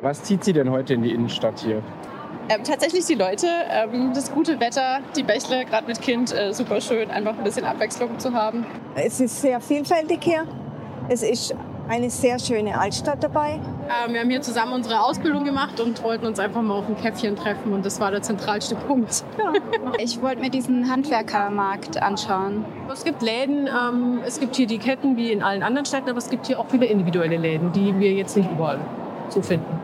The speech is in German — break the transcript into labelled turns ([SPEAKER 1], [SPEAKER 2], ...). [SPEAKER 1] Was zieht Sie denn heute in die Innenstadt hier?
[SPEAKER 2] Ähm, tatsächlich die Leute, ähm, das gute Wetter, die Bächle, gerade mit Kind, äh, super schön, einfach ein bisschen Abwechslung zu haben.
[SPEAKER 3] Es ist sehr vielfältig hier. Es ist eine sehr schöne Altstadt dabei.
[SPEAKER 4] Ähm, wir haben hier zusammen unsere Ausbildung gemacht und wollten uns einfach mal auf ein Käffchen treffen und das war der zentralste Punkt. Ja.
[SPEAKER 5] ich wollte mir diesen Handwerkermarkt anschauen.
[SPEAKER 4] Es gibt Läden, ähm, es gibt hier die Ketten wie in allen anderen Städten, aber es gibt hier auch viele individuelle Läden, die wir jetzt nicht überall zu finden.